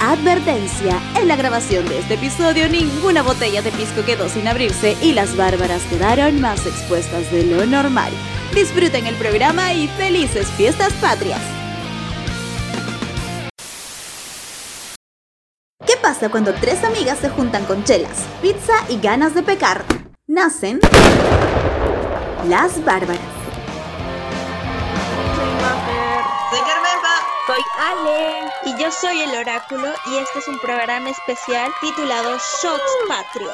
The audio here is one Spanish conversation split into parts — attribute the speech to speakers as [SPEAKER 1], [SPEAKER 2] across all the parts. [SPEAKER 1] Advertencia, en la grabación de este episodio ninguna botella de pisco quedó sin abrirse y las bárbaras quedaron más expuestas de lo normal. Disfruten el programa y felices fiestas patrias. ¿Qué pasa cuando tres amigas se juntan con chelas, pizza y ganas de pecar? Nacen las bárbaras.
[SPEAKER 2] Soy Carmen Fa.
[SPEAKER 3] Soy Ale. Y yo soy el oráculo y este es un programa especial titulado Shocks Patrios.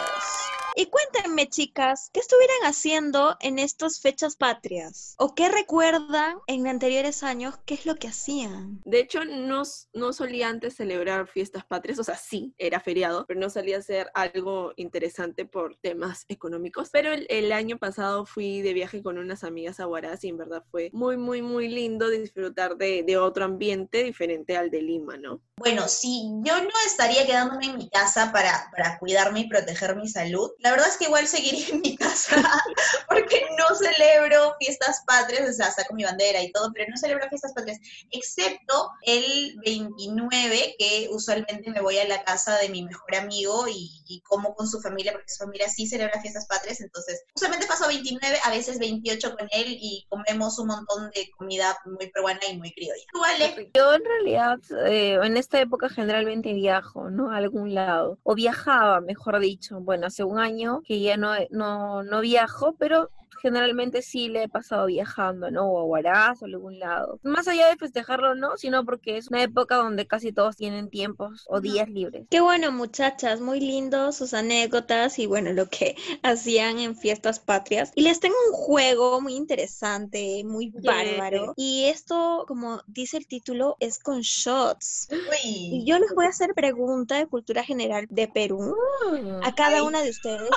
[SPEAKER 3] Y cuéntenme, chicas, ¿qué estuvieran haciendo en estas fechas patrias? ¿O qué recuerdan en anteriores años? ¿Qué es lo que hacían?
[SPEAKER 2] De hecho, no, s- no solía antes celebrar fiestas patrias, o sea, sí, era feriado, pero no solía hacer algo interesante por temas económicos. Pero el, el año pasado fui de viaje con unas amigas a Huaraz y en verdad fue muy, muy, muy lindo disfrutar de, de otro ambiente diferente al de Lima, ¿no?
[SPEAKER 4] Bueno, si yo no estaría quedándome en mi casa para, para cuidarme y proteger mi salud, la verdad es que igual seguiría en mi casa porque no celebro fiestas patrias, o sea, saco mi bandera y todo, pero no celebro fiestas patrias, excepto el 29, que usualmente me voy a la casa de mi mejor amigo y, y como con su familia, porque su familia sí celebra fiestas patrias, entonces usualmente paso 29, a veces 28 con él y comemos un montón de comida muy peruana y muy criolla. ¿Tú, Ale?
[SPEAKER 5] Yo en realidad eh, en esta época generalmente viajo, ¿no? A algún lado. O viajaba, mejor dicho. Bueno, hace un año que ya no, no, no viajo, pero generalmente sí le he pasado viajando, ¿no? O a Huaraz o a algún lado. Más allá de festejarlo, ¿no? Sino porque es una época donde casi todos tienen tiempos o días libres.
[SPEAKER 3] Qué bueno, muchachas, muy lindo sus anécdotas y bueno, lo que hacían en fiestas patrias. Y les tengo un juego muy interesante, muy bárbaro. Y esto, como dice el título, es con shots.
[SPEAKER 4] Uy.
[SPEAKER 3] Y yo les voy a hacer pregunta de cultura general de Perú
[SPEAKER 5] Ah.
[SPEAKER 3] a cada
[SPEAKER 4] Ay.
[SPEAKER 3] una de ustedes.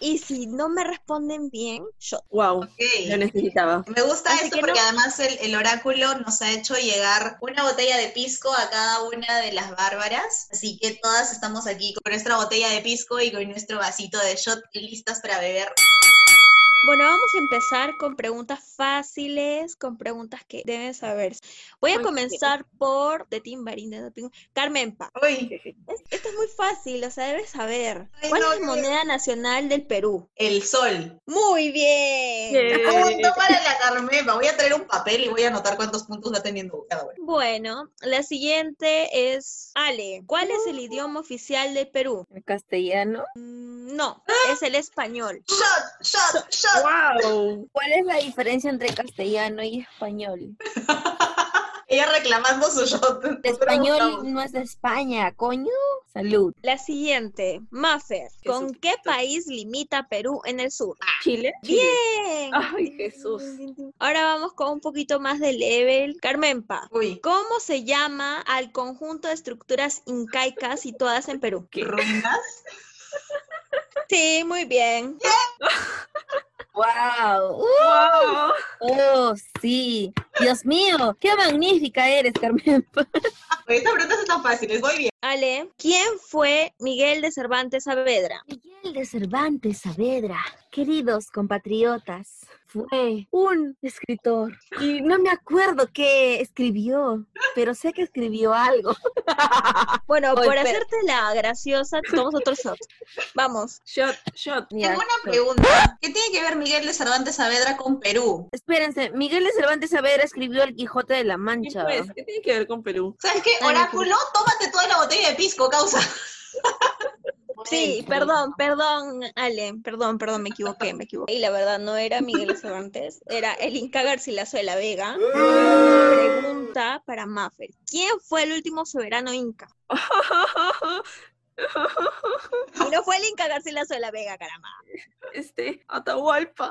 [SPEAKER 3] Y si no me responden bien, shot.
[SPEAKER 2] ¡Wow!
[SPEAKER 4] Ok.
[SPEAKER 2] Lo necesitaba.
[SPEAKER 4] Me gusta
[SPEAKER 3] Así
[SPEAKER 4] esto
[SPEAKER 3] que no-
[SPEAKER 4] porque además el, el oráculo nos ha hecho llegar una botella de pisco a cada una de las bárbaras, así que todas estamos aquí con nuestra botella de pisco y con nuestro vasito de shot listas para beber.
[SPEAKER 3] Bueno, vamos a empezar con preguntas fáciles, con preguntas que deben saber. Voy a
[SPEAKER 2] Ok.
[SPEAKER 3] comenzar por de Timbarín, de Timbarín. Carmen Pa.
[SPEAKER 4] Uy,
[SPEAKER 3] Es- Esto es muy fácil, o sea, debes saber.
[SPEAKER 4] Ay,
[SPEAKER 3] ¿Cuál
[SPEAKER 4] no,
[SPEAKER 3] es la
[SPEAKER 4] no.
[SPEAKER 3] moneda nacional del Perú?
[SPEAKER 4] el sol.
[SPEAKER 3] Muy bien.
[SPEAKER 4] Punto para la Carmema. Voy a traer un papel y voy a anotar cuántos puntos va teniendo cada uno.
[SPEAKER 3] Bueno, la siguiente es Ale. ¿Cuál es el idioma oficial del Perú?
[SPEAKER 5] En castellano.
[SPEAKER 3] Mm, No, es el español.
[SPEAKER 4] Shot, shot, shot.
[SPEAKER 2] ¡Wow!
[SPEAKER 5] ¿Cuál es la diferencia entre castellano y español?
[SPEAKER 4] Ella reclamando su shot.
[SPEAKER 5] El español no es de España, coño. Salud.
[SPEAKER 3] La siguiente, Mafer. ¿Con qué Ah,
[SPEAKER 2] Jesucristo.
[SPEAKER 3] país limita Perú en el sur?
[SPEAKER 2] ¿Chile?
[SPEAKER 3] Bien.
[SPEAKER 2] ¡Ay, Jesús!
[SPEAKER 3] Ahora vamos con un poquito más de level. Carmenpa,
[SPEAKER 4] Uy,
[SPEAKER 3] ¿cómo se llama al conjunto de estructuras incaicas situadas en Perú?
[SPEAKER 2] ¿Qué?
[SPEAKER 4] ruinas.
[SPEAKER 3] Sí, muy bien.
[SPEAKER 5] ¡Wow!
[SPEAKER 2] ¡Wow!
[SPEAKER 5] Oh, sí. Dios mío, qué magnífica eres, Carmen.
[SPEAKER 4] Estas preguntas están fáciles, voy bien.
[SPEAKER 3] Ale, ¿quién fue Miguel de Cervantes Saavedra?
[SPEAKER 5] Miguel de Cervantes Saavedra, queridos compatriotas, fue un escritor y no me acuerdo qué escribió, pero sé que escribió algo.
[SPEAKER 3] Bueno,
[SPEAKER 5] Oy,
[SPEAKER 3] por
[SPEAKER 5] espera.
[SPEAKER 3] hacerte la graciosa, tomamos otro shot. Vamos.
[SPEAKER 2] Shot, shot.
[SPEAKER 5] Ya,
[SPEAKER 4] Tengo una
[SPEAKER 5] pero-
[SPEAKER 4] pregunta. ¿Qué tiene que ver Miguel de Cervantes Saavedra con Perú?
[SPEAKER 5] Espérense, Miguel de Cervantes Saavedra escribió El Quijote de la
[SPEAKER 2] ¿Qué,
[SPEAKER 5] Mancha.
[SPEAKER 2] pues? ¿Qué tiene que ver con Perú?
[SPEAKER 4] ¿Sabes qué?
[SPEAKER 3] Dale,
[SPEAKER 4] Oráculo, tómate toda la botella de pisco, causa.
[SPEAKER 3] Sí, perdón, perdón, Ale, perdón, perdón, me equivoqué, me equivoqué. Y la verdad no era Miguel de Cervantes, era el Inca Garcilaso de la Vega. Pregunta para Maffer. ¿Quién fue el último soberano inca? Y no fue el Inca Garcilaso de la Vega, caramba.
[SPEAKER 2] Este, Atahualpa.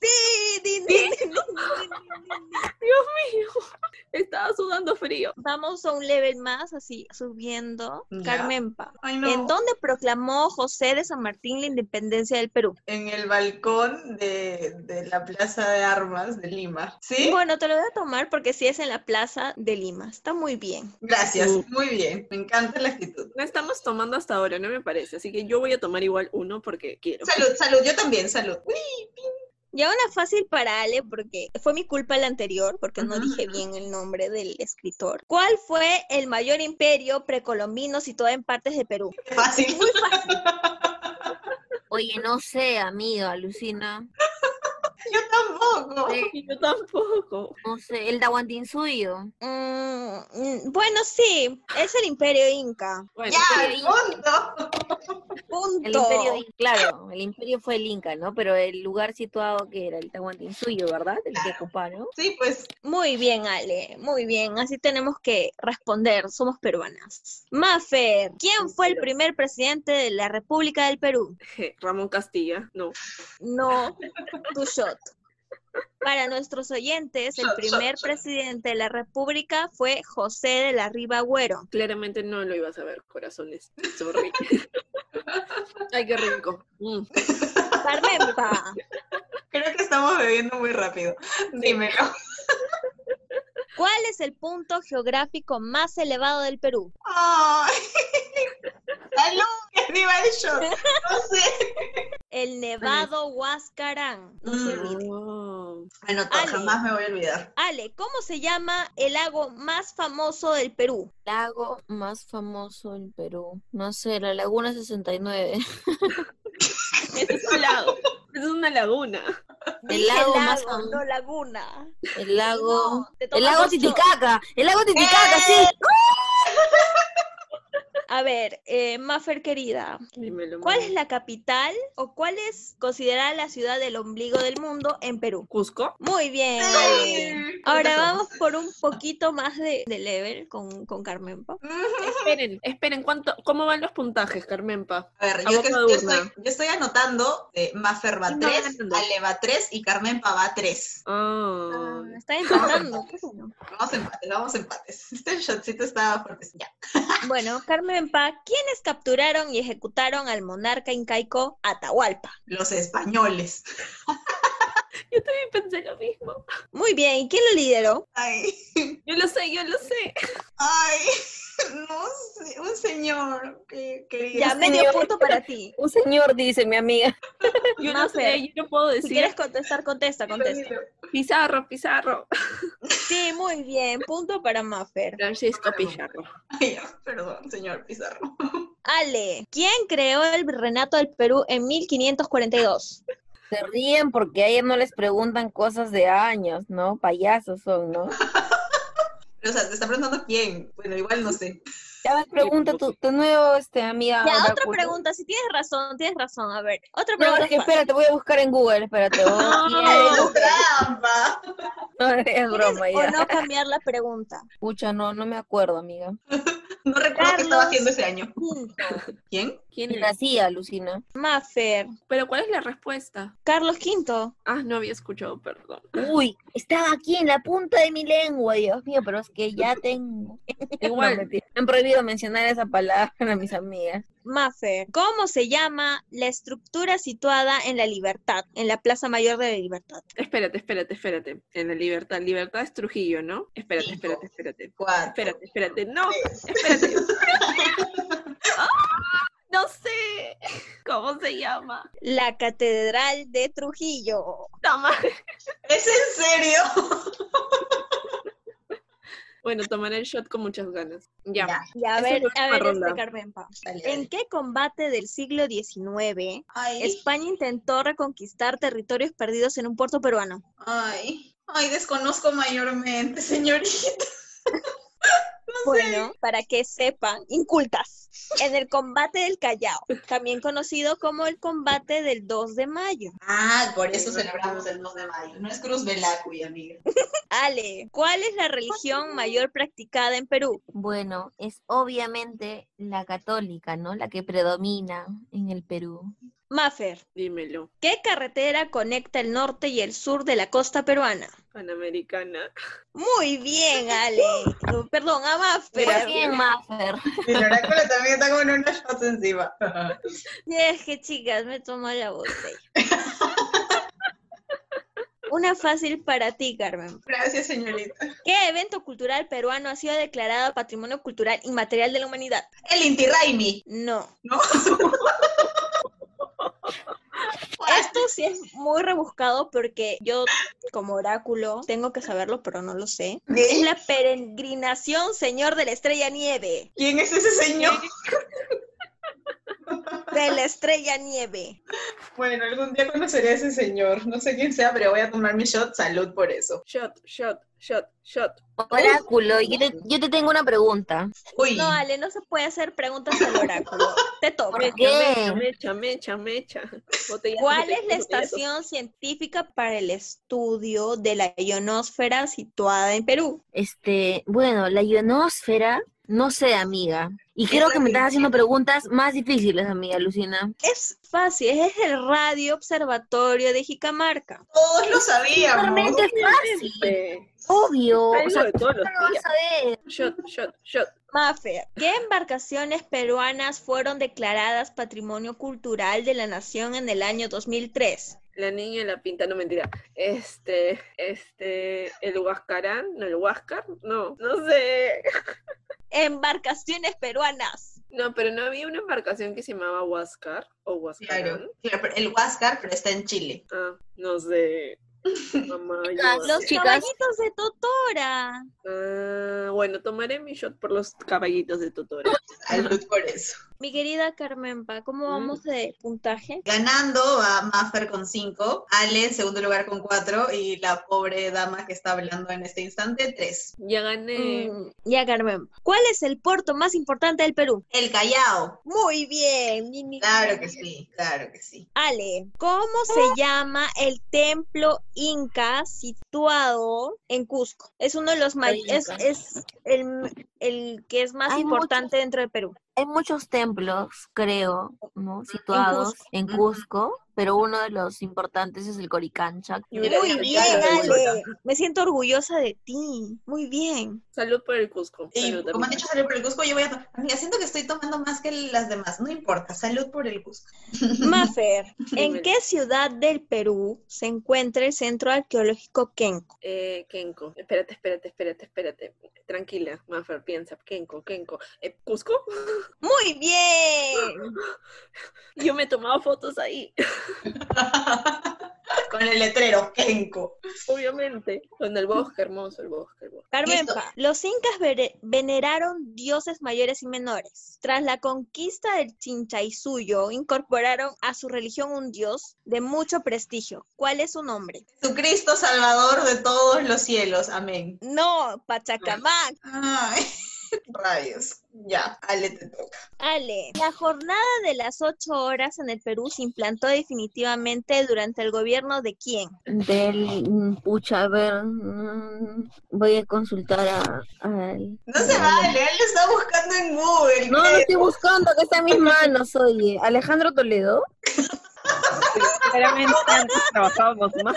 [SPEAKER 3] Sí, din, din, din, din, din, din, din.
[SPEAKER 2] Estaba sudando frío.
[SPEAKER 3] Vamos a un level más, así, subiendo.
[SPEAKER 4] Ya.
[SPEAKER 3] Carmen Pa.
[SPEAKER 4] Ay,
[SPEAKER 3] ¿En dónde proclamó José de San Martín la independencia del Perú?
[SPEAKER 4] En el balcón de, de la Plaza de Armas de Lima. ¿Sí?
[SPEAKER 3] Bueno, te lo voy a tomar porque sí es en la Plaza de Lima. Está muy bien.
[SPEAKER 4] Gracias,
[SPEAKER 2] Sí.
[SPEAKER 4] muy bien. Me encanta la actitud.
[SPEAKER 2] No estamos tomando hasta ahora, no me parece. Así que yo voy a tomar igual uno porque quiero.
[SPEAKER 4] Salud, salud, yo también, salud. Uy,
[SPEAKER 3] Ya una fácil para Ale, porque fue mi culpa la anterior, porque no dije bien el nombre del escritor. ¿Cuál fue el mayor imperio precolombino situado en partes de Perú?
[SPEAKER 4] Fácil.
[SPEAKER 3] Muy fácil.
[SPEAKER 5] Oye, no sé, amiga, alucina.
[SPEAKER 4] Yo tampoco.
[SPEAKER 5] Eh,
[SPEAKER 2] Y yo tampoco.
[SPEAKER 5] no sé, el Dahuantinsuyo.
[SPEAKER 3] Mm, mm, bueno, sí, es el imperio inca.
[SPEAKER 2] Bueno,
[SPEAKER 4] Ya, punto.
[SPEAKER 5] El
[SPEAKER 3] Punto.
[SPEAKER 5] imperio, in- claro, el imperio fue el Inca, ¿no? Pero el lugar situado que era el Tahuantinsuyo, ¿verdad? El que ocuparon.
[SPEAKER 4] Sí, pues.
[SPEAKER 3] Muy bien, Ale, muy bien. Así tenemos que responder. Somos peruanas. Mafer, ¿quién fue el primer presidente de la República del Perú?
[SPEAKER 2] je, Ramón Castilla, no.
[SPEAKER 3] No, tu shot. Para nuestros oyentes, el
[SPEAKER 4] Shot, shot,
[SPEAKER 3] primer
[SPEAKER 4] shot.
[SPEAKER 3] presidente de la República fue José de la Riva Agüero.
[SPEAKER 2] Claramente no lo ibas a ver, corazones. Sorry. Ay, qué rico. Mm.
[SPEAKER 3] Parmempa.
[SPEAKER 4] Creo que estamos bebiendo muy rápido. Dímelo.
[SPEAKER 3] ¿Cuál es el punto geográfico más elevado del Perú?
[SPEAKER 4] Ay. Salud, que viva el shot. No sé.
[SPEAKER 3] El Nevado Huascarán. No se
[SPEAKER 4] Mm.
[SPEAKER 3] olviden.
[SPEAKER 2] Wow.
[SPEAKER 4] Bueno,
[SPEAKER 3] Ale.
[SPEAKER 4] jamás me voy a olvidar.
[SPEAKER 3] Ale, ¿cómo se llama el lago más famoso del Perú?
[SPEAKER 5] Lago más famoso del Perú. No sé, la Laguna 69.
[SPEAKER 2] Ese Este es un lago. Es una laguna.
[SPEAKER 5] El
[SPEAKER 3] Dije
[SPEAKER 5] lago más famoso.
[SPEAKER 3] no laguna.
[SPEAKER 5] El lago.
[SPEAKER 3] No, te
[SPEAKER 5] el
[SPEAKER 3] tomas
[SPEAKER 5] lago
[SPEAKER 3] dos shots.
[SPEAKER 5] Titicaca. El lago Titicaca, sí.
[SPEAKER 3] A ver, eh, Mafer querida,
[SPEAKER 2] Dímelo.
[SPEAKER 3] ¿cuál
[SPEAKER 2] mamá.
[SPEAKER 3] es la capital o cuál es considerada la ciudad del ombligo del mundo en Perú?
[SPEAKER 2] Cusco?
[SPEAKER 3] Muy bien. Ale.
[SPEAKER 4] Ay.
[SPEAKER 3] Ahora vamos por un poquito más de, de level con, con Carmen. ¿pa?
[SPEAKER 4] Mm.
[SPEAKER 2] Esperen, esperen, ¿cuánto, ¿cómo van los puntajes, Carmenpa?
[SPEAKER 4] A ver,
[SPEAKER 2] A
[SPEAKER 4] yo,
[SPEAKER 2] boca
[SPEAKER 4] que-
[SPEAKER 2] de
[SPEAKER 4] yo
[SPEAKER 2] urna.
[SPEAKER 4] estoy, yo estoy anotando eh, Mafer va
[SPEAKER 2] ¿Quién va
[SPEAKER 4] 3,
[SPEAKER 2] ganando?
[SPEAKER 4] Ale va 3 y Carmen Pa va 3.
[SPEAKER 2] Ah,
[SPEAKER 3] Ah,
[SPEAKER 5] Mm,
[SPEAKER 3] está empatando. qué bueno.
[SPEAKER 4] Vamos a empates, vamos a empates. Este shotcito está fuerte. Ya.
[SPEAKER 3] Bueno, Carmen Pa, ¿quiénes capturaron y ejecutaron al monarca incaico Atahualpa?
[SPEAKER 4] Los españoles.
[SPEAKER 2] yo también pensé lo mismo.
[SPEAKER 3] Muy bien, ¿y quién lo lideró?
[SPEAKER 4] Ay,
[SPEAKER 2] Yo lo sé, yo lo sé.
[SPEAKER 4] ay, no sé, un señor que quería.
[SPEAKER 3] Ya, medio punto para ti.
[SPEAKER 5] Un señor dice, mi amiga.
[SPEAKER 2] Yo lo
[SPEAKER 3] Mafer,
[SPEAKER 2] sé, yo no puedo
[SPEAKER 3] Si
[SPEAKER 2] decir.
[SPEAKER 3] quieres contestar, contesta, contesta.
[SPEAKER 2] Pizarro, Pizarro.
[SPEAKER 3] Sí, muy bien. Punto para Maffer.
[SPEAKER 2] Francisco Pizarro.
[SPEAKER 4] Ay, ya, perdón, señor Pizarro.
[SPEAKER 3] Ale, ¿quién creó el virreinato del Perú en 1542?
[SPEAKER 5] Se ríen porque a ellos no les preguntan cosas de años, ¿no? Payasos son, ¿no?
[SPEAKER 4] Pero, o sea, te está preguntando quién. Bueno, igual no sé.
[SPEAKER 5] Ya me pregunta tu, tu nuevo este, amiga.
[SPEAKER 3] Ya, otra
[SPEAKER 5] oráculo.
[SPEAKER 3] pregunta. Si tienes razón, tienes razón. A ver, otra
[SPEAKER 5] No,
[SPEAKER 3] pregunta.
[SPEAKER 5] es que
[SPEAKER 3] fácil.
[SPEAKER 5] espérate, voy a buscar en Google, espérate. Oh,
[SPEAKER 4] Ay,
[SPEAKER 5] ¿quién?
[SPEAKER 4] trampa!
[SPEAKER 5] no, es
[SPEAKER 3] ¿Quieres
[SPEAKER 5] broma
[SPEAKER 3] o
[SPEAKER 5] ya.
[SPEAKER 3] no cambiar la pregunta?
[SPEAKER 5] Pucha, no, no me acuerdo, amiga.
[SPEAKER 4] No recuerdo qué estaba
[SPEAKER 3] Carlos.
[SPEAKER 4] haciendo ese año. ¿Quién?
[SPEAKER 2] ¿Quién
[SPEAKER 5] Y
[SPEAKER 2] es?
[SPEAKER 5] nací, alucina.
[SPEAKER 3] Maffer,
[SPEAKER 2] Pero ¿cuál es la respuesta?
[SPEAKER 3] Carlos V.
[SPEAKER 2] Ah, no había escuchado, perdón.
[SPEAKER 5] Uy, estaba aquí en la punta de mi lengua, Dios mío, pero es que ya tengo.
[SPEAKER 2] Igual.
[SPEAKER 5] No, mentira. me han prohibido mencionar esa palabra a mis amigas.
[SPEAKER 3] Maffer, ¿cómo se llama la estructura situada en la Libertad, en la Plaza Mayor de la Libertad?
[SPEAKER 2] Espérate, espérate, espérate. En la libertad. Libertad es Trujillo, ¿no? Espérate,
[SPEAKER 4] Hijo.
[SPEAKER 2] espérate, espérate.
[SPEAKER 4] Cuatro.
[SPEAKER 2] Espérate, espérate. No, espérate. ¡Ah! No sé cómo se llama.
[SPEAKER 3] La Catedral de Trujillo.
[SPEAKER 2] Tama-
[SPEAKER 4] ¿Es en serio?
[SPEAKER 2] Bueno, tomaré el shot con muchas ganas. Ya.
[SPEAKER 4] Ya.
[SPEAKER 3] Y a
[SPEAKER 2] Esa
[SPEAKER 3] ver,
[SPEAKER 2] es la
[SPEAKER 3] a
[SPEAKER 2] última
[SPEAKER 3] ver este
[SPEAKER 2] ronda.
[SPEAKER 3] Carmen Pa.
[SPEAKER 4] Dale, dale.
[SPEAKER 3] ¿En qué combate del siglo XIX
[SPEAKER 4] Ay.
[SPEAKER 3] España intentó reconquistar territorios perdidos en un puerto peruano?
[SPEAKER 4] Ay, ay, desconozco mayormente, señorita.
[SPEAKER 3] Bueno, para que sepan, incultas, en el combate del Callao, también conocido como el combate del 2 de mayo.
[SPEAKER 4] Ah, por eso celebramos el 2 de mayo. No es Cruz Velacuy, amiga.
[SPEAKER 3] Ale, ¿cuál es la religión mayor practicada en Perú?
[SPEAKER 5] Bueno, es obviamente la católica, ¿no? La que predomina en el Perú.
[SPEAKER 3] Mafer,
[SPEAKER 2] Dímelo.
[SPEAKER 3] ¿qué carretera conecta el norte y el sur de la costa peruana?
[SPEAKER 2] Panamericana.
[SPEAKER 3] Muy bien, Ale. No, Perdón, a Mafer.
[SPEAKER 5] Muy bien, Maffer.
[SPEAKER 4] El oráculo también está con unos shots encima.
[SPEAKER 3] Es que chicas, me tomo la botella. Una fácil para ti, Carmen.
[SPEAKER 4] Gracias, señorita.
[SPEAKER 3] ¿Qué evento cultural peruano ha sido declarado Patrimonio Cultural Inmaterial de la Humanidad?
[SPEAKER 4] El Inti Raimi,
[SPEAKER 3] No.
[SPEAKER 4] ¿no?
[SPEAKER 3] Esto sí es muy rebuscado porque yo, como oráculo, tengo que saberlo, pero no lo sé. Es la peregrinación, señor de la estrella nieve.
[SPEAKER 4] ¿Quién es ese señor?
[SPEAKER 3] De la estrella nieve.
[SPEAKER 4] Bueno, algún día conoceré a ese señor. No sé quién sea, pero voy a tomar mi shot. Salud por eso.
[SPEAKER 2] Shot, shot, shot, shot.
[SPEAKER 5] Oráculo, yo te, yo te tengo una pregunta.
[SPEAKER 4] Uy,
[SPEAKER 3] No, Ale, no se puede hacer preguntas al oráculo. Te toca.
[SPEAKER 5] ¿Por
[SPEAKER 2] Mecha,
[SPEAKER 5] qué?
[SPEAKER 2] mecha, mecha, mecha. Botella-
[SPEAKER 3] ¿Cuál
[SPEAKER 2] botella-
[SPEAKER 3] es la
[SPEAKER 2] botella-
[SPEAKER 3] estación científica para el estudio de la ionosfera situada en Perú?
[SPEAKER 5] Este, bueno, la ionosfera, no sé, amiga. Y creo que me estás haciendo preguntas más difíciles, amiga Lucina.
[SPEAKER 3] Es fácil, es el Radio Observatorio de Jicamarca.
[SPEAKER 4] todos lo sabíamos.
[SPEAKER 5] Realmente es fácil,
[SPEAKER 2] Este,
[SPEAKER 5] obvio. O
[SPEAKER 2] algo
[SPEAKER 5] sea,
[SPEAKER 2] de
[SPEAKER 5] ¿cómo
[SPEAKER 2] todos
[SPEAKER 5] no
[SPEAKER 2] los
[SPEAKER 5] lo vas
[SPEAKER 2] días.
[SPEAKER 5] a ver?
[SPEAKER 2] Shot, shot, shot.
[SPEAKER 3] Mafe, ¿qué embarcaciones peruanas fueron declaradas Patrimonio Cultural de la Nación en el año 2003?
[SPEAKER 2] La niña y la pinta, no mentira. Este, este, el Huascarán, no, el Huáscar, no, no sé.
[SPEAKER 3] Embarcaciones peruanas.
[SPEAKER 2] No, pero no había una embarcación que se llamaba Huáscar o Huascarán.
[SPEAKER 4] Claro, claro, pero el Huáscar, pero está en Chile.
[SPEAKER 2] Ah, no sé. Mamá,
[SPEAKER 5] Chicas,
[SPEAKER 2] ayúdame.
[SPEAKER 3] Los
[SPEAKER 5] Chicas.
[SPEAKER 3] caballitos de Totora.
[SPEAKER 2] Ah, bueno, tomaré mi shot por los caballitos de Totoro.
[SPEAKER 4] Salud por eso.
[SPEAKER 3] Mi querida Carmenpa, ¿cómo
[SPEAKER 2] Mm.
[SPEAKER 3] vamos de puntaje?
[SPEAKER 4] Ganando va Maffer con 5, Ale en segundo lugar con 4 y la pobre dama que está hablando en este instante 3.
[SPEAKER 2] Ya gané.
[SPEAKER 3] Mm, ya, Carmenpa. ¿Cuál es el puerto más importante del Perú?
[SPEAKER 4] El Callao.
[SPEAKER 3] Muy bien. ni- ni-
[SPEAKER 4] Claro que sí, claro que sí.
[SPEAKER 3] Ale, ¿cómo
[SPEAKER 5] Ah.
[SPEAKER 3] se llama el templo inca situado en Cusco? Es uno de los
[SPEAKER 5] Templo
[SPEAKER 3] mayores,
[SPEAKER 5] Inca.
[SPEAKER 3] es el, el que es más
[SPEAKER 5] Hay
[SPEAKER 3] importante dentro de Perú.
[SPEAKER 5] Hay muchos templos, creo, ¿no? Situados en
[SPEAKER 4] Ujú.
[SPEAKER 5] Cusco, pero uno de los importantes es el Coricancha.
[SPEAKER 2] Y hubiera
[SPEAKER 3] Muy
[SPEAKER 2] ganado.
[SPEAKER 5] Pues
[SPEAKER 3] bien,
[SPEAKER 4] Cusco.
[SPEAKER 3] Ale. Me siento orgullosa de ti. Muy bien.
[SPEAKER 2] Salud por el Cusco.
[SPEAKER 4] Y
[SPEAKER 2] Salud,
[SPEAKER 4] como han
[SPEAKER 2] amiga.
[SPEAKER 4] dicho salud por el Cusco, yo voy a tomar. Amiga, siento que estoy tomando más que las demás. No importa, salud por el Cusco.
[SPEAKER 3] Mafer, ¿en
[SPEAKER 2] Dímelo.
[SPEAKER 3] qué ciudad del Perú se encuentra el centro arqueológico Kenko?
[SPEAKER 2] Eh, Kenko, espérate, espérate, espérate, espérate. Tranquila, Maffer, piensa. Kenko, Kenko. Eh, ¿Cusco?
[SPEAKER 3] Muy bien.
[SPEAKER 2] Yo me he tomado fotos ahí,
[SPEAKER 4] Con el letrero, Kenko.
[SPEAKER 2] obviamente. Con el bosque hermoso, el bosque, el bosque.
[SPEAKER 3] Carmenpa, los incas vere- veneraron dioses mayores y menores. Tras la conquista del Chinchaisuyo, incorporaron a su religión un dios de mucho prestigio. ¿Cuál es su nombre?
[SPEAKER 4] Tu Cristo Salvador de todos los cielos. Amén.
[SPEAKER 3] No, Pachacamac.
[SPEAKER 4] Ay, rayos. Ya, Ale te toca.
[SPEAKER 3] Ale, la jornada de las ocho horas en el Perú se implantó definitivamente durante el gobierno de quién?
[SPEAKER 5] Del, mm, pucha, a ver, mm, voy a consultar a, al-
[SPEAKER 4] No se vale, Ale está buscando en Google.
[SPEAKER 5] No, no
[SPEAKER 4] ¿qué?
[SPEAKER 5] estoy buscando, que está en mis manos, oye. ¿Alejandro Toledo?
[SPEAKER 2] Claramente antes trabajábamos más.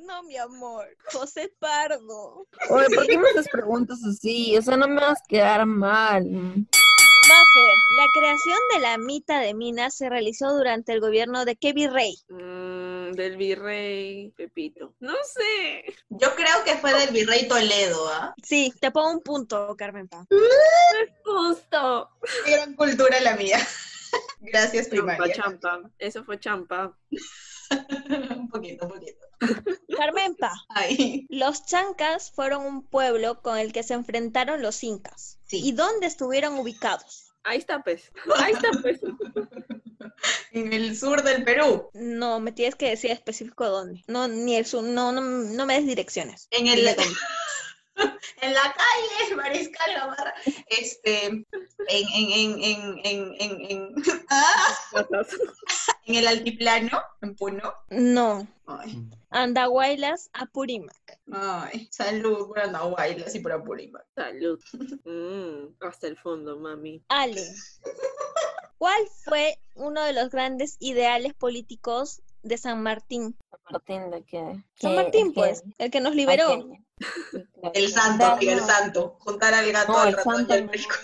[SPEAKER 3] No, mi amor, José Pardo.
[SPEAKER 5] Oye, ¿por qué me haces preguntas así? O sea, no me vas a quedar mal.
[SPEAKER 3] Mafer, la creación de la mita de Minas se realizó durante el gobierno de qué virrey?
[SPEAKER 2] Mm, del virrey Pepito. No sé.
[SPEAKER 4] Yo creo que fue del Virrey Toledo, ¿ah?
[SPEAKER 3] Sí, te pongo un punto, Carmenpa.
[SPEAKER 2] Justo.
[SPEAKER 4] Qué gran cultura la mía. Gracias,
[SPEAKER 2] Champa,
[SPEAKER 4] primaria.
[SPEAKER 2] champa. Eso fue champa.
[SPEAKER 4] un poquito, un poquito. pues,
[SPEAKER 3] Carmenpa,
[SPEAKER 4] Ahí.
[SPEAKER 3] los chancas fueron un pueblo con el que se enfrentaron los incas.
[SPEAKER 4] Sí.
[SPEAKER 3] ¿Y dónde estuvieron ubicados?
[SPEAKER 2] Ahí está, pues. Ahí está, pues.
[SPEAKER 4] En el sur del Perú.
[SPEAKER 3] No, me tienes que decir específico dónde. No, ni el sur, no, no, no me des direcciones.
[SPEAKER 4] En el. en la calle, Mariscal Gamarra. Este. En, en, en, en, en, en, en, ah, en el altiplano, en Puno.
[SPEAKER 3] No,
[SPEAKER 4] Ay,
[SPEAKER 3] Andahuaylas, Apurímac.
[SPEAKER 5] Mm.
[SPEAKER 4] ay. Salud por Anahuaylas y por Apurímac.
[SPEAKER 2] Salud. Mm, hasta el fondo, mami.
[SPEAKER 3] Ale, ¿cuál fue uno de los grandes ideales políticos de San Martín?
[SPEAKER 5] Martín, ¿de qué?
[SPEAKER 3] San
[SPEAKER 5] ¿Qué-
[SPEAKER 3] Martín,
[SPEAKER 5] qué-
[SPEAKER 3] pues, el que nos liberó.
[SPEAKER 5] a qué?
[SPEAKER 4] El santo,
[SPEAKER 5] Dar-
[SPEAKER 4] amiga, el santo. Juntar al gato
[SPEAKER 5] No,
[SPEAKER 4] al
[SPEAKER 5] el
[SPEAKER 4] ratón y
[SPEAKER 5] santo
[SPEAKER 4] al
[SPEAKER 5] no.
[SPEAKER 4] perico.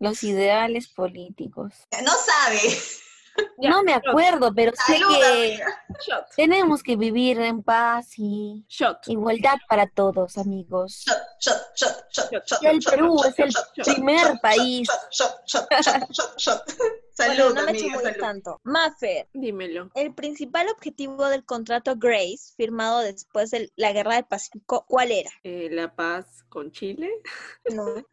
[SPEAKER 5] Los ideales políticos.
[SPEAKER 4] No sabe.
[SPEAKER 2] Ya,
[SPEAKER 5] no me
[SPEAKER 2] shot.
[SPEAKER 5] acuerdo, pero sé
[SPEAKER 4] Salud,
[SPEAKER 5] que
[SPEAKER 4] amiga.
[SPEAKER 2] Shot.
[SPEAKER 5] tenemos que vivir en paz y
[SPEAKER 2] Shot.
[SPEAKER 5] igualdad para todos, amigos.
[SPEAKER 4] Shot, shot, shot, shot, shot,
[SPEAKER 5] El
[SPEAKER 4] shot,
[SPEAKER 5] Perú
[SPEAKER 4] shot,
[SPEAKER 5] es el
[SPEAKER 4] shot, shot,
[SPEAKER 5] primer
[SPEAKER 4] shot,
[SPEAKER 5] país.
[SPEAKER 4] shot, shot, shot, shot, shot, shot. Salud,
[SPEAKER 3] no me
[SPEAKER 4] amiga,
[SPEAKER 3] chamulles
[SPEAKER 4] salud.
[SPEAKER 3] tanto. Maffer,
[SPEAKER 2] Dímelo.
[SPEAKER 3] el principal objetivo del contrato Grace, firmado después de la Guerra del Pacífico, ¿cuál era?
[SPEAKER 2] Eh, la paz con Chile.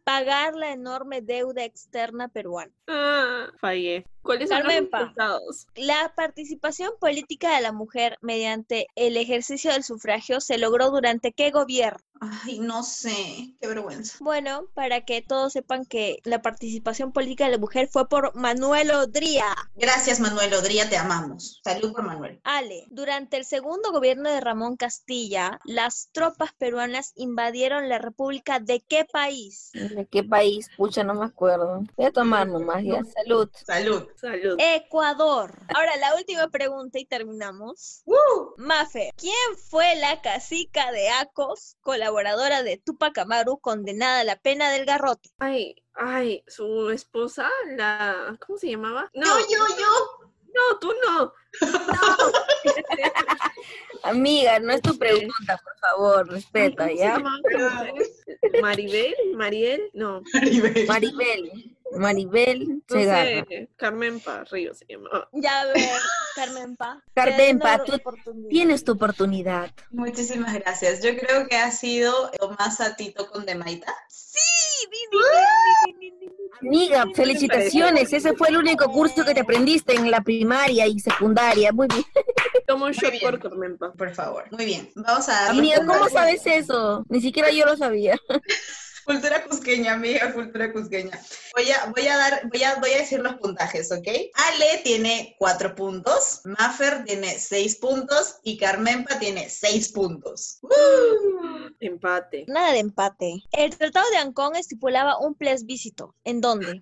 [SPEAKER 3] Pagar la enorme deuda externa peruana.
[SPEAKER 2] Ah, fallé. ¿Cuáles son
[SPEAKER 3] Carmenpa.
[SPEAKER 2] los resultados?
[SPEAKER 3] La participación política de la mujer mediante el ejercicio del sufragio se logró durante qué gobierno?
[SPEAKER 4] Ay, no sé, qué vergüenza.
[SPEAKER 3] Bueno, para que todos sepan que la participación política de la mujer fue por Manuel Odría.
[SPEAKER 4] Gracias, Manuel Odría, te amamos. Salud por Manuel.
[SPEAKER 3] Ale, durante el segundo gobierno de Ramón Castilla, las tropas peruanas invadieron la República de qué país?
[SPEAKER 5] ¿De qué país? Pucha, no me acuerdo. Voy a tomar nomás, ya. Salud.
[SPEAKER 4] Salud.
[SPEAKER 2] Salud.
[SPEAKER 4] Eh.
[SPEAKER 3] Ecuador. Ahora la última pregunta y terminamos.
[SPEAKER 4] ¡Woo!
[SPEAKER 3] Mafe, ¿quién fue la cacica de Acos, colaboradora de Tupac Amaru, condenada a la pena del garrote?
[SPEAKER 2] Ay, ay, su esposa, la. ¿Cómo se llamaba? No,
[SPEAKER 4] Yo, yo, yo.
[SPEAKER 2] no, tú no.
[SPEAKER 5] Amiga, no es tu pregunta, por favor, respeta,
[SPEAKER 2] Ay, ¿cómo se
[SPEAKER 5] ¿ya?
[SPEAKER 2] llamaba esta mujer? Maribel, Mariel, no.
[SPEAKER 4] Maribel.
[SPEAKER 5] Maribel. Maribel
[SPEAKER 2] No
[SPEAKER 5] Segarra.
[SPEAKER 2] sé, Carmen Parrillo se llamaba.
[SPEAKER 3] Ya a ver, Carmen Pa.
[SPEAKER 5] Carmen
[SPEAKER 3] te doy una
[SPEAKER 5] Pa, tú
[SPEAKER 3] oportunidad.
[SPEAKER 5] Tienes tu oportunidad.
[SPEAKER 4] Muchísimas gracias. Yo creo que ha sido Tomás Atito con Demaita.
[SPEAKER 3] Sí, di, di, di, di, di, di, di.
[SPEAKER 5] Amiga, felicitaciones. Ese fue el único curso que te aprendiste en la primaria y secundaria. Muy bien.
[SPEAKER 2] Tomo un shot
[SPEAKER 4] bien.
[SPEAKER 2] por Carmen Pa.
[SPEAKER 4] Por favor. Muy bien. Vamos a.
[SPEAKER 5] Amiga, ¿cómo
[SPEAKER 4] responder.
[SPEAKER 5] sabes eso? Ni siquiera yo lo sabía.
[SPEAKER 4] Cultura cusqueña, amiga, cultura cusqueña. Voy a, voy a dar, voy a, voy a decir los puntajes, ¿ok? Ale tiene cuatro puntos, Maffer tiene seis puntos y Carmenpa tiene seis puntos. ¡Woo!
[SPEAKER 2] Empate.
[SPEAKER 3] Nada de empate. El Tratado de Ancón estipulaba un plebiscito. ¿En dónde?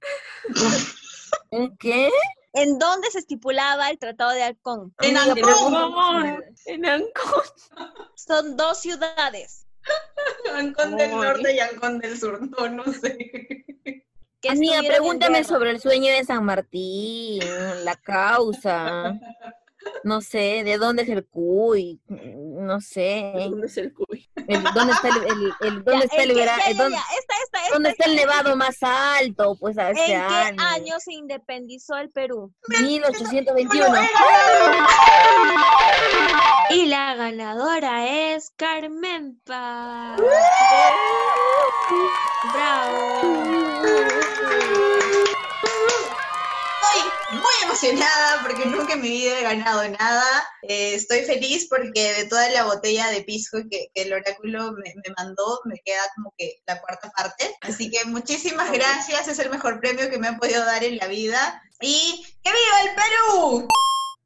[SPEAKER 5] ¿Un ¿Qué?
[SPEAKER 3] ¿En dónde se estipulaba el Tratado de Ancón?
[SPEAKER 4] En
[SPEAKER 5] Amiga,
[SPEAKER 4] Ancón.
[SPEAKER 5] pregunta-
[SPEAKER 2] En Ancón.
[SPEAKER 3] Son dos ciudades.
[SPEAKER 4] Ancón del
[SPEAKER 2] Ay.
[SPEAKER 4] norte y Ancón del sur, no, no sé.
[SPEAKER 3] que
[SPEAKER 5] Amiga,
[SPEAKER 3] estuvieron en
[SPEAKER 5] pregúntame
[SPEAKER 3] guerra.
[SPEAKER 5] sobre el sueño de San Martín, la causa. No sé, ¿de dónde es el cuy? No sé.
[SPEAKER 2] ¿Dónde es el cuy?
[SPEAKER 5] El- ¿Dónde está el, el-
[SPEAKER 3] Ya,
[SPEAKER 5] el- dónde está
[SPEAKER 3] ¿en
[SPEAKER 5] el
[SPEAKER 3] qué?
[SPEAKER 5] vera-
[SPEAKER 3] Ya,
[SPEAKER 5] el
[SPEAKER 3] ya,
[SPEAKER 5] dónde-
[SPEAKER 3] ya, Esta, esta, esta,
[SPEAKER 5] dónde está el
[SPEAKER 3] esta.
[SPEAKER 5] nevado más alto? Pues a
[SPEAKER 3] ¿En
[SPEAKER 5] este
[SPEAKER 3] qué
[SPEAKER 5] año.
[SPEAKER 3] año se independizó el Perú?
[SPEAKER 5] 1821.
[SPEAKER 3] Y la ganadora es Carmen Paz. ¡Bravo!
[SPEAKER 4] Estoy muy emocionada porque nunca en mi vida he ganado nada. Eh, estoy feliz porque de toda la botella de pisco que, que el oráculo me, me mandó, me queda como que la cuarta parte. Así que muchísimas gracias, es el mejor premio que me han podido dar en la vida. ¡Y que viva el Perú!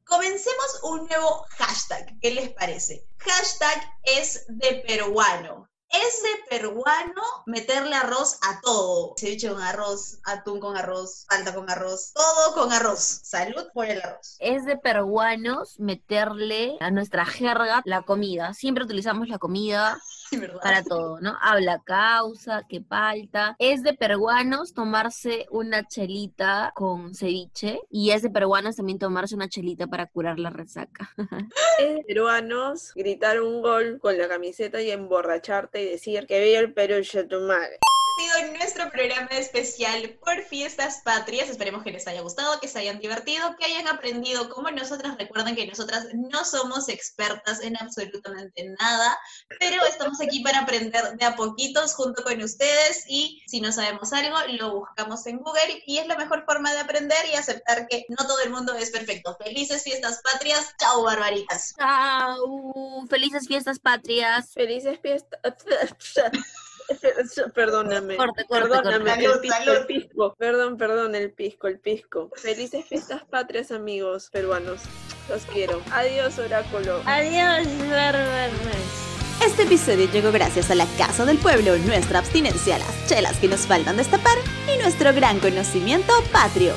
[SPEAKER 4] Comencemos un nuevo hashtag, ¿qué les parece? Hashtag es de peruano. Es de peruano meterle arroz a todo. Ceviche con arroz, atún con arroz, falta con arroz, todo con arroz. Salud por el arroz.
[SPEAKER 5] Es de peruanos meterle a nuestra jerga la comida. Siempre utilizamos la comida
[SPEAKER 4] Sí, ¿verdad?
[SPEAKER 5] para todo, ¿no? Habla causa, que palta. Es de peruanos tomarse una chelita con ceviche y es de peruanos también tomarse una chelita para curar la resaca.
[SPEAKER 2] Es peruanos gritar un gol con la camiseta y emborracharte y decir que viva el Perú, yo tu madre.
[SPEAKER 4] ha sido nuestro programa especial por fiestas patrias. Esperemos que les haya gustado, que se hayan divertido, que hayan aprendido como nosotras. Recuerden que nosotras no somos expertas en absolutamente nada, pero estamos aquí para aprender de a poquitos junto con ustedes y si no sabemos algo, lo buscamos en Google y es la mejor forma de aprender y aceptar que no todo el mundo es perfecto. Felices fiestas patrias. Chao, barbaritas.
[SPEAKER 5] ¡Chao! ¡Felices fiestas patrias!
[SPEAKER 2] Felices fiestas. Perdóname.
[SPEAKER 5] Corte, corte,
[SPEAKER 2] Perdóname,
[SPEAKER 4] corte.
[SPEAKER 2] el pisco,
[SPEAKER 4] Salud, salud.
[SPEAKER 2] el pisco. Perdón, perdón, el pisco, el pisco. Felices fiestas patrias, amigos peruanos. Los quiero. Adiós, oráculo.
[SPEAKER 3] Adiós, bárbaros.
[SPEAKER 1] Este episodio llegó gracias a la Casa del Pueblo, nuestra abstinencia a las chelas que nos faltan destapar y nuestro gran conocimiento patrio.